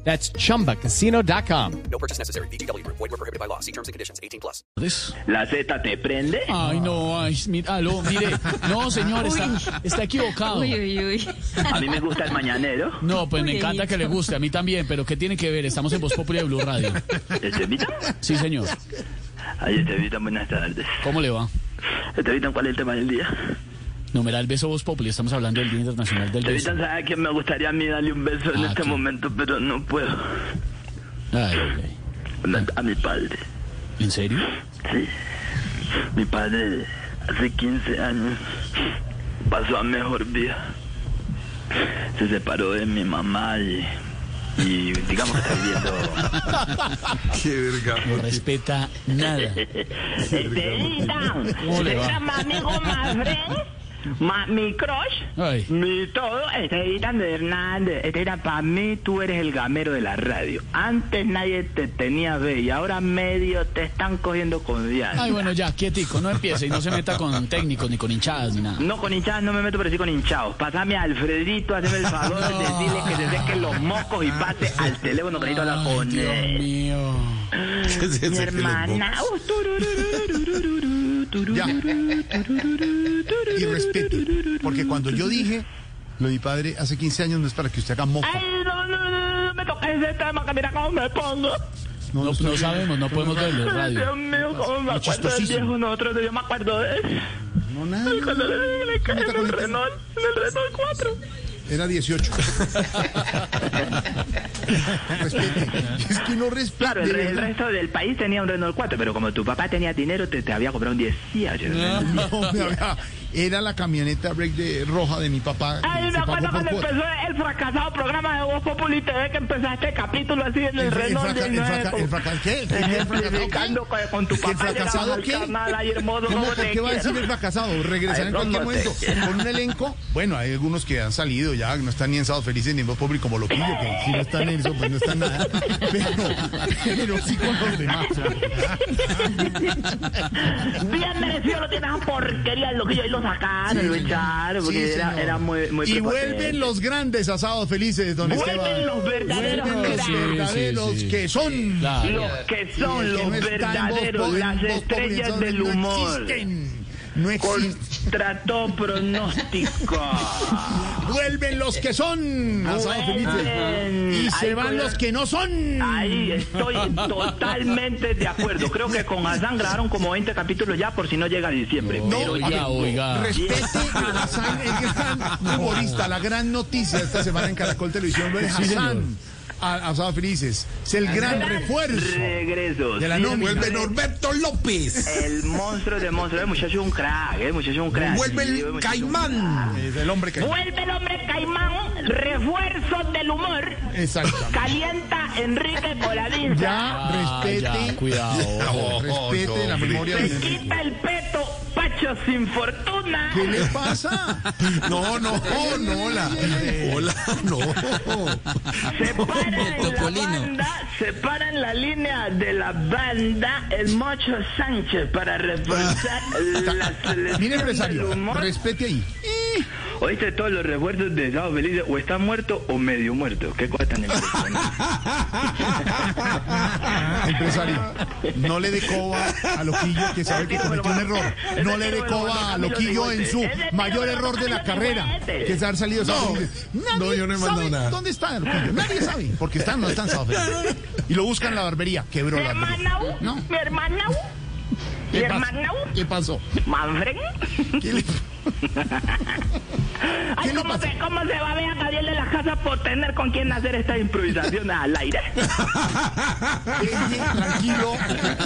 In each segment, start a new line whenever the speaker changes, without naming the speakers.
That's chumbacasino.com.
No purchase necessary. BGW. Void were prohibited by law. See terms and conditions. 18 plus.
Pues,
¿La Z te prende?
Ay, no, ay, mira, aló, mire. No, señor, está, está equivocado.
Uy, uy, uy.
A mí me gusta el mañanero.
No, pues me
Uy,
encanta que le
Dieguito.
guste, a mí también, pero ¿qué tiene que ver? Estamos en Voz Popular de Blue Radio.
¿Estevita?
Sí, señor.
Ay, Estevita, buenas tardes.
¿Cómo le va?
Estevita, ¿cuál es el tema del día?
Numeral Beso Voz Popular, estamos hablando del Día Internacional del Beso.
Estevita, ¿sabe que me gustaría a mí darle un beso en
Ah,
este
sí.
momento, pero no puedo?
Ay, ay,
A- A mi padre,
ay. ¿En serio?
sí. Mi padre hace 15 años pasó a mejor vida. Se separó de mi mamá y... Y digamos que está viviendo...
No respeta nada.
Estevita,
¿Cómo le va?
Estevita, mami, amigo más friend, ma- mi crush,
Ay.
mi todo, Estevita Hernández, Estevita, para mí tú eres el gamero de la radio. Antes nadie te tenía ve y ahora medio te están cogiendo confianza.
Ay, bueno, ya, quietico, no empiece y no se meta con técnicos, ni con hinchadas, ni nada.
No, con hinchadas no me meto, pero sí con hinchados. Pásame a Alfredito, hazme el favor de decirle que se sequen los mocos y pase al teléfono que necesito hablar
Ay,
con
Dios
él.
mío.
Mi hermana. uh, turururururururu, turururu,
Ya.
turururu, turururu.
y respeto. Porque cuando yo dije lo de mi padre hace 15 años no es para que usted haga mofa.
Ay, no, no, no, no me toques ese tema, que mira cómo me pongo.
No, no sabemos, no podemos verlo en
Ay, Dios
radio.
mío, cómo me acuerdo del
chistosísimo.
viejo nosotros, yo me acuerdo de él.
No, nada.
Ay, Cuando le, le cae en
Meta
el
colita.
Renault, en el Renault 4.
Era 18. Respete. Es que no respete.
Claro, el,
de
re- el
verdad.
resto del país tenía un Renault 4, pero como tu papá tenía dinero, te, te había comprado un 18.
No, me había- Era la camioneta break de roja de mi papá. que
Ay,
se
me acuerdo
pagó por
cuando
cuota.
empezó el fracasado programa de Voz Populi TV que empezaste el capítulo así en el,
El, el,
Renault
fraca- el,
19.
fraca- el fraca- ¿qué? ¿El qué? ¿El
Ejemplificando
fracasado qué?
con- con tu
¿Que el
papá llegaba
fracasado
al
qué?
canal, ay, hermoso,
¿Cómo,
cómo
¿Por
te
qué va a decir
quiero?
el fracasado? Regresar
Ay,
en
no,
cualquier
no te
momento.
quiero.
Con un elenco. Bueno, hay algunos que han salido ya, que no están ni en Sábado Felices ni en Voz Pública como Loquillo, que si no están en eso, pues no están nada. Pero, pero sí con los demás.
Bien merecido lo tienes a porquería, lo que yo ahí lo sacaron, lo echaron, porque
Sí,
era,
señor.
era muy, muy
y
prepotente.
vuelven los grandes asados felices, don
Vuelven
Esteban.
los verdaderos
Vuelven los
cracks. Sí, sí,
verdaderos
sí.
que son.
Claro.
los que
Y
son
el que
los
no está en Voz
verdaderos,
Populi, en
las
Voz Populi,
estrellas
entonces
del humor.
No existen. No existen.
Contrató pronóstico.
Vuelven los que son asados felices.
Vuelven.
Y se
Ay,
van
con-
los que no son.
Ahí estoy totalmente de acuerdo. Creo que con Hassan grabaron como 20 capítulos ya por si no llega a diciembre.
No,
Oiga,
a ver,
oiga.
Respete a Hassan, el gran humorista, la gran noticia de esta semana en Caracol Televisión. Lo de
Sí, señor.
Hassan, a- asados felices. Es el gran refuerzo
Regreso.
de la
Sí,
nómina.
Vuelve Norberto López.
El monstruo de monstruos. El muchacho es un crack, el muchacho es un crack.
Vuelve
Sí, muchacho es
el
un
caimán.
Es el hombre que.
Vuelve el hombre caimán, refuerzo del humor.
Exacto.
Calienta Enrique Coladiza.
Ya,
Ah, ya,
respete.
cuidado.
Oh,
Respete la
hombre.
memoria
Se
de
quita el peto, Pacho sin fortuna.
¿Qué le pasa?
No, no, no, hola. Hola, no.
Se para en la
Topolino.
banda, se para en la línea de la banda el Mocho Sánchez para reforzar
Ah,
la selección
Mire,
del
empresario,
humor.
respete ahí.
Oíste todos los refuerzos de Sábado Feliz, o está muerto o medio muerto. ¿Qué cosa
Ah,
tan impresionante?
Ah, Empresario, no le dé coba a Loquillo que sabe que cometió un error. No le dé coba a Loquillo en su mayor error de la carrera, que es haber salido sábado. Feliz.
no, yo no he
Nadie
mandado
sabe
nada.
¿Dónde está Loquillo? Nadie sabe, porque están, no están sábado. Feliz. Y lo buscan en la barbería, quebró
Mi
la barbería.
hermana, U,
No.
mi hermana, U, mi
¿Qué pasó?
hermana, U,
¿Qué pasó?
Manfred.
¿Qué le- ¿Qué
Ay,
le
¿cómo
pasa?
se, ¿Cómo se va a ver a Gabriel de la casa por tener con quién hacer estas improvisaciones al aire?
Deje tranquilo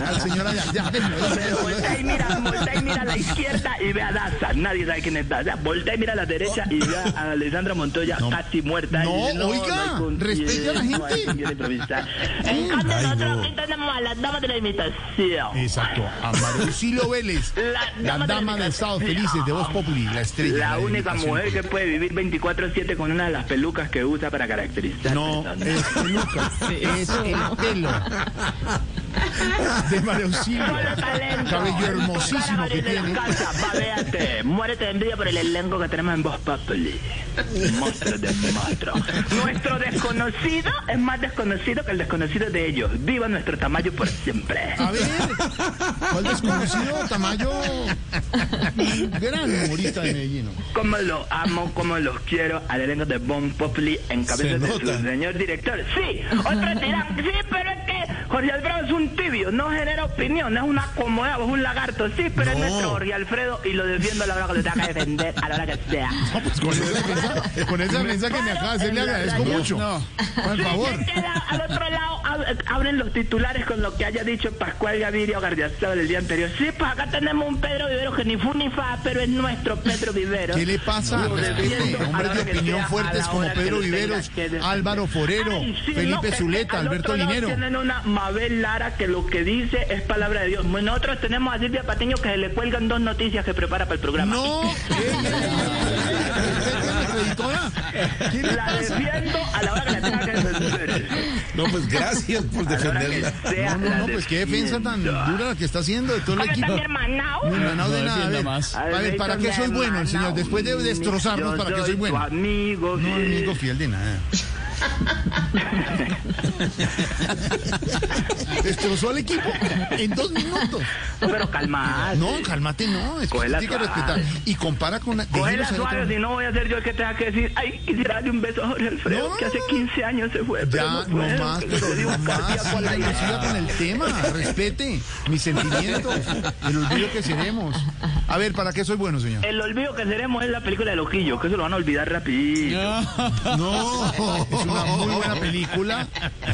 al señor allá. Ya, déjelo,
Pero
déjelo,
voltea y
déjelo.
mira, voltea y mira a la izquierda y ve a Daza. Nadie sabe quién es Daza. Voltea y mira a la derecha y ve a Alessandra Montoya casi muerta. Y
No,
dice,
oiga,
hay con
respete
quién,
a la gente.
no hay con quién improvisar. En cambio, nosotros aquí tenemos a las damas de la imitación.
Exacto, a Maricilio Vélez, la, dama Eh, del Estado Felices de Voz Populi, la estrella.
La
de
única
imitación.
mujer que puede vivir 24-7 con una de las pelucas que usa para caracterizar.
No, es peluca, es el pelo. De María Auxilio.
Solo talento.
Cabello hermosísimo
Para
que
Gabriel
tiene.
Alcázar, babeate. Muérete de envidia por el elenco que tenemos en Voz Populi. Monstruo de monstruo. Nuestro desconocido es más desconocido que el desconocido de ellos. Viva nuestro tamaño por siempre.
A ver, ¿cuál desconocido? Tamayo, un gran humorista de Medellín. ¿no?
Como lo amo, como los quiero al elenco de Bon Populi en cabeza de
Se nota.
su señor director. Sí, otros dirán, sí, pero es que Jorge Alfredo es un tibio, no genera opinión, es una acomoda, es un lagarto. Sí, pero es
No.
nuestro Jorge Alfredo y lo defiendo a la hora que lo tenga que defender, a la hora que sea.
Pues con esa defensa, con esa defensa que me acaba de hacer, le agradezco mucho. Por favor.
Se queda al otro lado, ab- abren los titulares con lo que haya dicho Pascual Gaviria o Gardiazabal el día anterior. Sí, pues acá tenemos un Pedro Vivero que ni fu ni fa, pero es nuestro Pedro Vivero.
¿Qué le pasa?
Lo
Respete,
defiendo a la
hombres de
hora que
opinión
sea, a
fuertes
la
como
hora
Pedro
que lo tenga
Viveros,
que defender.
Álvaro Forero,
Ay, sí, no, que
Felipe
es que
Zuleta,
al
Alberto
otro lado
Linero.
Tienen una Mabel Lara que lo que dice es palabra de Dios. Bueno, Nosotros tenemos a Silvia Patiño que se le cuelgan dos noticias que prepara para el programa.
No, eh, respéteme, editora. ¿Qué le
La
pasa?
defiendo a la hora que la tenga que defender.
No, pues gracias por
A la hora que
defenderla.
sea,
No, no,
la
no, pues qué defensa tan
defiendo.
dura la que está haciendo de todo el
¿Cómo está
equipo.
mi hermanao?
No, no, no, de
No
nada. A
defienda
ver,
más.
a ver, ¿para qué soy bueno, señor? Después de destrozarnos, ¿para qué soy bueno?
Tu amigo,
No,
fiel.
amigo fiel de nada. Destrozó al equipo en dos minutos.
No, Pero calma.
No, cálmate, no. Es que
Cógela
usted tiene que
suave.
respetar. Y compara con. la-
Cógela
déjelos a
suave,
otro-
si no voy a ser yo el que tenga que decir, ay, quisiera darle un beso a Jorge Alfredo,
No,
que hace
no, no.
15 años se fue. pero
Ya,
puedo,
no más,
que le
pero
di
no
un
más.
cardíaco a la
siga- siga con el tema. Respete mis sentimientos. El olvido que seremos. A ver, ¿para qué soy bueno, señor?
El olvido que seremos es la película de Loquillo, que eso lo van a olvidar rapidito.
No. Es una muy buena película.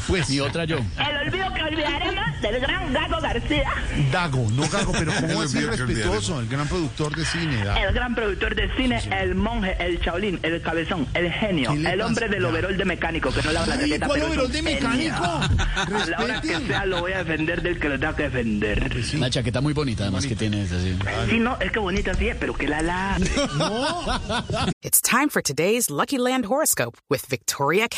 Pues.
Y otra yo.
El olvido que olvidaremos del gran Gago García,
Dago, no Gago, pero ¿cómo
El
es
olvido que
respetuoso? El gran productor de cine, Dago.
el gran productor de cine, el monje, el chaolín, el cabezón, el genio,
¿Qué le
el hombre
pasa?
del
Ya.
overol de mecánico, que no le habla
Ay,
de chaqueta,
¿cuál
pero es
overol
un
de
genio.
mecánico?
A la hora que
Respete.
sea lo voy a defender del que lo tenga que defender.
Una chaqueta muy bonita, además, que tiene es así.
Sí, no, es que bonita sí es, pero que la la...
It's time for today's Lucky Land horoscope with Victoria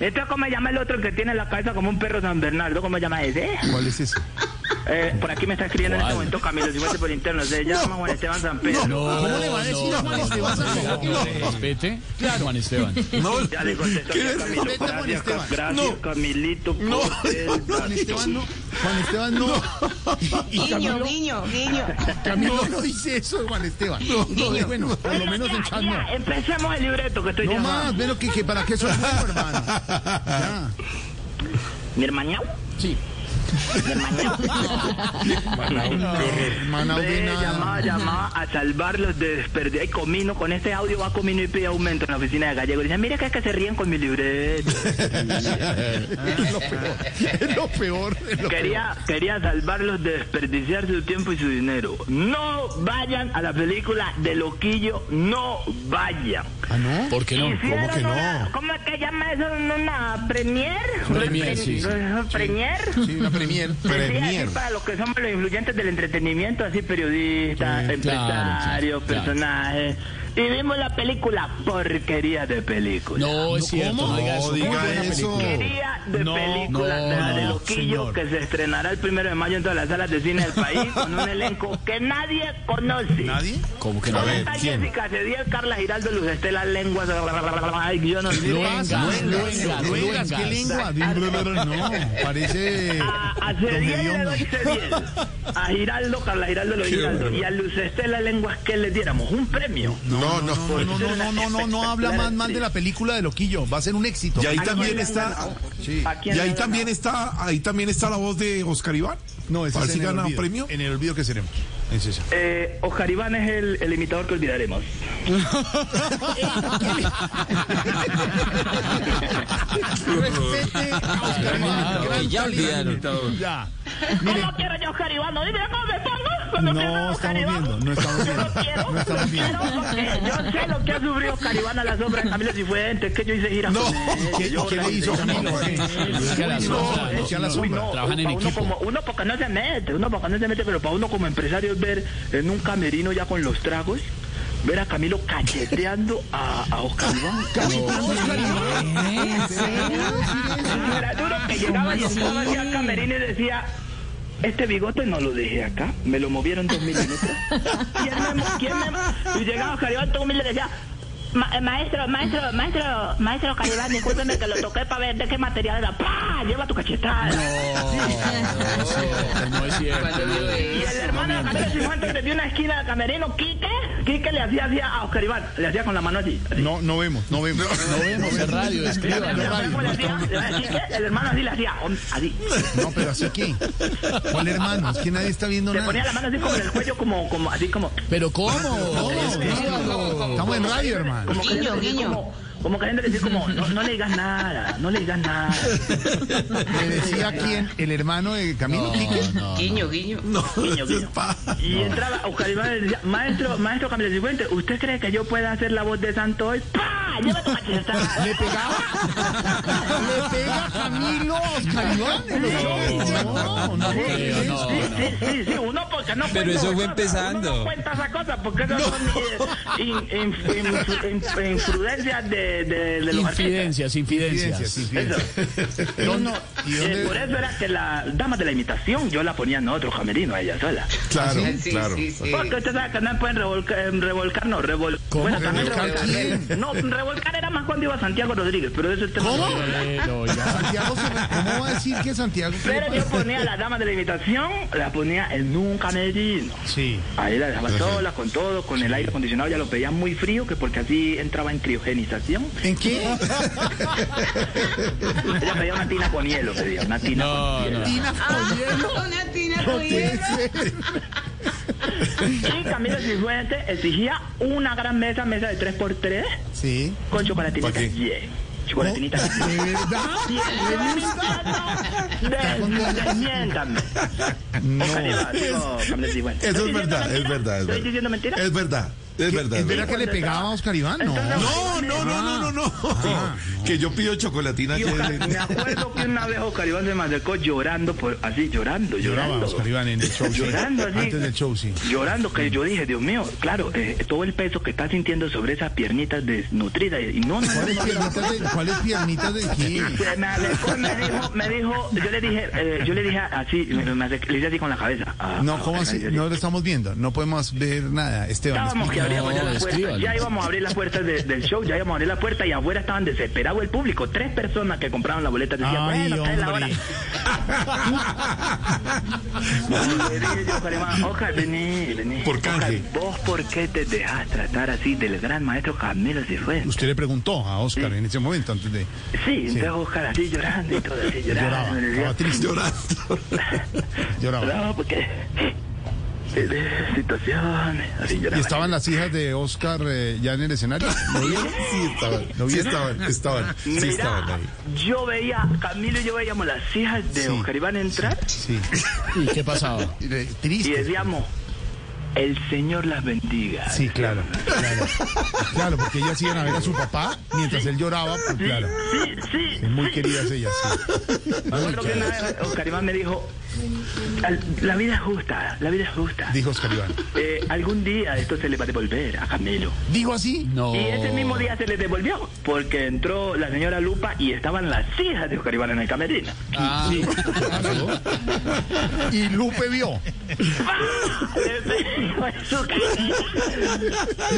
Esto es como se llama el otro que tiene la cabeza como un perro San Bernardo. ¿Cómo se llama ese?
¿Cuál es ese?
Eh, por aquí me está escribiendo en este momento Camilo, si fuese por interno. Se llama Juan Esteban San Pedro.
Ah, ¿Cómo le va a decir a Juan Esteban Sandoval que no?
Respete. Claro, Juan Esteban.
No,
Ya le contestó.
¿Qué
ya,
es
Camilo.
Vete, Juan
Gracias,
Esteban.
gracias,
No.
Camilito. por
No.
el
Juan
datito.
Esteban no. Juan Esteban no. Y, y
Guiño,
Camilo,
guiño, guiño.
Camilo no dice eso de Juan Esteban. No, no, bueno, por lo menos en
Ya,
Chan
ya,
no.
empecemos el libreto que estoy
No
llamando.
más, menos que, que para qué soy bueno, hermano. Ya.
Mi hermanao.
Sí.
Mi hermanao.
Hermana
Ve,
Odena.
llamaba, llamaba a salvarlos de desperdicio. Y Comino, con este audio va Comino y pide aumento en la oficina de Gallego. Dice, mira que es que se ríen con mi libreto.
Es lo peor. Es lo peor. es lo
Quería, quería salvarlos de desperdiciar su tiempo y su dinero. No vayan a la película de Loquillo, no vayan.
peor. Ah, no.
¿Por qué no?
Hicieron
que no?
una- ¿Cómo es que llama eso? ¿Una premier?
Premier, sí, sí.
¿Premier?
Sí,
una premier. premier.
para los que somos los influyentes del entretenimiento, así periodistas, empresarios, personajes. Y vimos la película porquería de película.
No, es cierto. No diga eso.
No diga eso.
Porquería de
No,
película
no,
de la de
no,
Loquillo
señor.
que se estrenará el primero de mayo en todas las salas de cine del país con un elenco que nadie conoce.
¿Nadie?
¿Cómo que
A
no?
ver,
Está
¿quién?
Jessica Cediel, Carla Giraldo, Luz Estela Lenguas, ay, yo no sé.
Luengas, luengas,
Luengas, ¿qué
luengas.
lengua? No, parece...
A, a
don
Cediel le
Gediondo.
doy Cediel. A Giraldo, Carla Giraldo, lo Giraldo. Y a Luz Estela Lenguas que le diéramos un premio.
No, no,
No, no, no, no, no, no, no habla más, más de la película de Loquillo. Va a ser un éxito.
Y ahí también
le han
está.
ganado?
sí.
¿A quién
Y
le
ahí
han
también
ganado?
está, ahí también está la voz de Oscar Iván.
No, ese
A ver
es
si
en el
gana
olvido.
premio.
En el olvido que seremos. Es esa.
Eh, Oscar Iván es el, el imitador que olvidaremos.
Ya olvidaron.
Ya.
¿Cómo quiero yo Oscar Iván? No, dime cómo me pongo. Cuando pierdan
No
a Oscar
estamos
Iván.
viendo, no estamos
Yo lo
viendo.
quiero,
No
lo
estamos viendo.
quiero, porque yo sé lo que ha sufrido Oscar Iván a la sombra de Camilo Cifuentes, que yo hice giras
No,
con él,
¿Qué,
yo
qué le
organicé
hizo
giras
Camilo?
con él.
que a la sombra,
Uy, no, que a la
Uy, no,
sombra.
trabajan en
pa' uno
equipo.
Como, uno porque no se mete, uno porque no se mete, pero para uno como empresario es ver en un camerino ya con los tragos, ver a Camilo cacheteando a, a Oscar Iván. Era duro que llegaba y estaba así al camerino y decía... Este bigote no lo dejé acá, me lo movieron dos milímetros. ¿Quién me, mo- quién me mo-?" Y llegaba Oscar Iván todo humilde y le decía, "Ma- eh, maestro, maestro, maestro, maestro Caribán, discúlpeme que lo toqué para ver de qué material era. ¡Pah! Lleva tu cachetada.
No es cierto. no es-
Y el hermano de Camilo Cifuentes desde una esquina del camerino, Quique, Quique le hacía así a Oscar Iván, le hacía con la mano así. así.
No, no vemos, no vemos.
No vemos en radio, escriban en radio.
Le hacía- le hacía Quique, el hermano así le hacía, om, así.
No, pero así que. ¿Cuál hermano? Es que nadie está viendo
Le ponía
nada.
la mano así como en el cuello, como, como, así como,
Pero ¿cómo?
Estamos en radio, hermano.
como queriendo decir como, como queriendo decir como, no, no le digas nada, no le digas nada.
¿Le decía quién? ¿El hermano de Camilo? Quique?
Guiño, guiño.
Guiño, guiño. Y entraba Oscar Iván y decía, maestro, maestro Camilo Cifuentes, ¿usted cree que yo pueda hacer la voz de santo hoy? ¡Pah! Lleva tu cachetada.
¿Le pegaba? ¿Le pega Camilo a Oscar Iván? No, no, no.
Sí, sí, sí, sí, uno porque no
Pero
cuenta esas
eso fue
cosas,
empezando.
uno no cuenta esas cosas porque esas son eh, in- in- in- in- influencias de, de, de los artistas.
Infidencias, infidencias.
Sí, sí,
Eso.
¿Dónde- ¿Y
Eh, por
dónde?
eso era que la dama de la imitación yo la ponía en otro camerino a ella sola.
Claro,
Sí,
claro.
sí, sí.
Porque usted sabe que no pueden revolcar, eh, revolcar no, revol... bueno, también
¿Revolcar quién?
No, revolcar era más cuando iba Santiago Rodríguez, pero eso es
¿Cómo?
Pero, oiga,
Santiago se re- ¿Cómo va a decir que Santiago? se
Pero yo ponía a la dama de la imitación, la ponía en un camerino.
Sí.
Ahí la dejaba sola, con todo, con el aire acondicionado, ya lo pedía muy frío, que porque así entraba en criogenización.
¿En qué?
Ella pedía una tina con hielo, pedía una tina con hielo.
Tina
Una tina con
Y Camilo Cifuentes exigía una gran mesa, mesa de 3x3,
Sí.
con chocolatinita.
¿Pa qué? ¿Eh?
Yeah. Chocolatinita.
¿De verdad?
Y el invitado, desmiéntame.
No.
Oscar Iván, Ah, digo, Camilo Cifuentes.
Eso
¿Estoy
es
diciendo
verdad, es
mentira?
verdad. es
¿Estoy
verdad.
diciendo mentira?
Es verdad, es verdad.
¿Es
es
verdad que
verdad.
le pegaba a Oscar Iván? No.
No, no, no, no, no, no. Que yo pido chocolatina.
Y
que-
Oscar- me acuerdo que una vez Oscar Iván se me acercó llorando, por, así llorando,
Lloraba
llorando.
Oscar Iván en el show. sí.
Llorando así.
Antes del show, sí.
Llorando, que yo dije, Dios mío, claro, eh, todo el peso que está sintiendo sobre esas piernitas desnutridas. Y no, no, no, no,
¿Cuáles
no.
piernitas de, ¿cuáles piernitas de quién?
Se me acercó y me dijo, me dijo, yo le dije, eh, yo le dije así, me, me acerqué- le hice así con la cabeza. Ah,
No,
ah,
¿cómo
ok,
así?
yo le-
No lo estamos viendo. No podemos ver nada. Esteban.
Estábamos que
explica.
abríamos ya
No,
las puertas,
escríbalo.
ya íbamos a abrir las puertas de- del show, ya íbamos a abrir la puerta y afuera estaban desesperados el público. Tres personas que compraron la boleta decían,
Ay,
bueno, está en la hora.
hombre.
Y le dije yo, Oscar, Iván, Oscar, vení, vení.
Por canje.
Oscar, ¿Vos por qué te dejas tratar así del gran maestro Camilo Cifuentes?
Usted le preguntó a Oscar en ese momento antes de.
Sí, entonces Oscar así llorando y todo así llorando.
Lloraba.
Le decía,
Estaba triste.
Llorando.
Lloraba.
No, porque... eh, de Situaciones, así
¿Y
lloraba.
estaban las hijas de Oscar eh, ya en el escenario?
¿Lo vieron? Sí, estaban. Sí, estaban. Estaban. Sí, estaban
Mira,
ahí.
yo veía, Camilo y yo veíamos las hijas de
Sí.
Oscar Iván entrar
Sí.
¿Y qué pasaba?
Y de-
y
Triste.
decíamos, El Señor las bendiga.
Sí, claro, claro. Claro, porque ellas iban a ver a su papá mientras él lloraba, pues claro.
Sí, sí.
Son Muy queridas ellas, sí.
Me acuerdo que una vez Oscar Iván me dijo, "Al- la vida es justa, la vida es justa.
Dijo Oscar Iván.
Eh, algún día esto se le va a devolver a Camilo.
¿Dijo así?
No.
Y ese mismo día se le devolvió, porque entró la señora Lupa y estaban las hijas de Oscar Iván en el camerino.
Ah,
Y Lupe vio.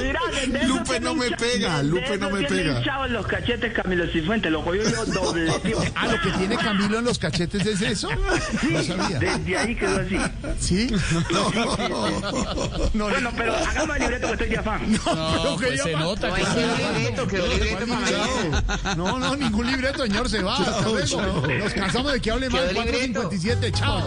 Mira, desde eso
Lupe no
tiene
me
hincha-
pega,
desde
Lupe no
eso
me
tiene
pega.
hinchado en los cachetes Camilo Cifuentes, lo cogió y lo dobleteó.
Ah, lo que tiene Camilo en los cachetes es eso. No sabía.
Desde ahí quedó así.
¿Sí? No,
Bueno, pero hagamos el libreto que estoy de afán.
no, pues se nota que
Qué libreto, qué libreto para mañana.
No, no, ningún libreto, señor, se va. Hasta luego. Nos cansamos de que hable mal.
Quedó libreto.
457, chao.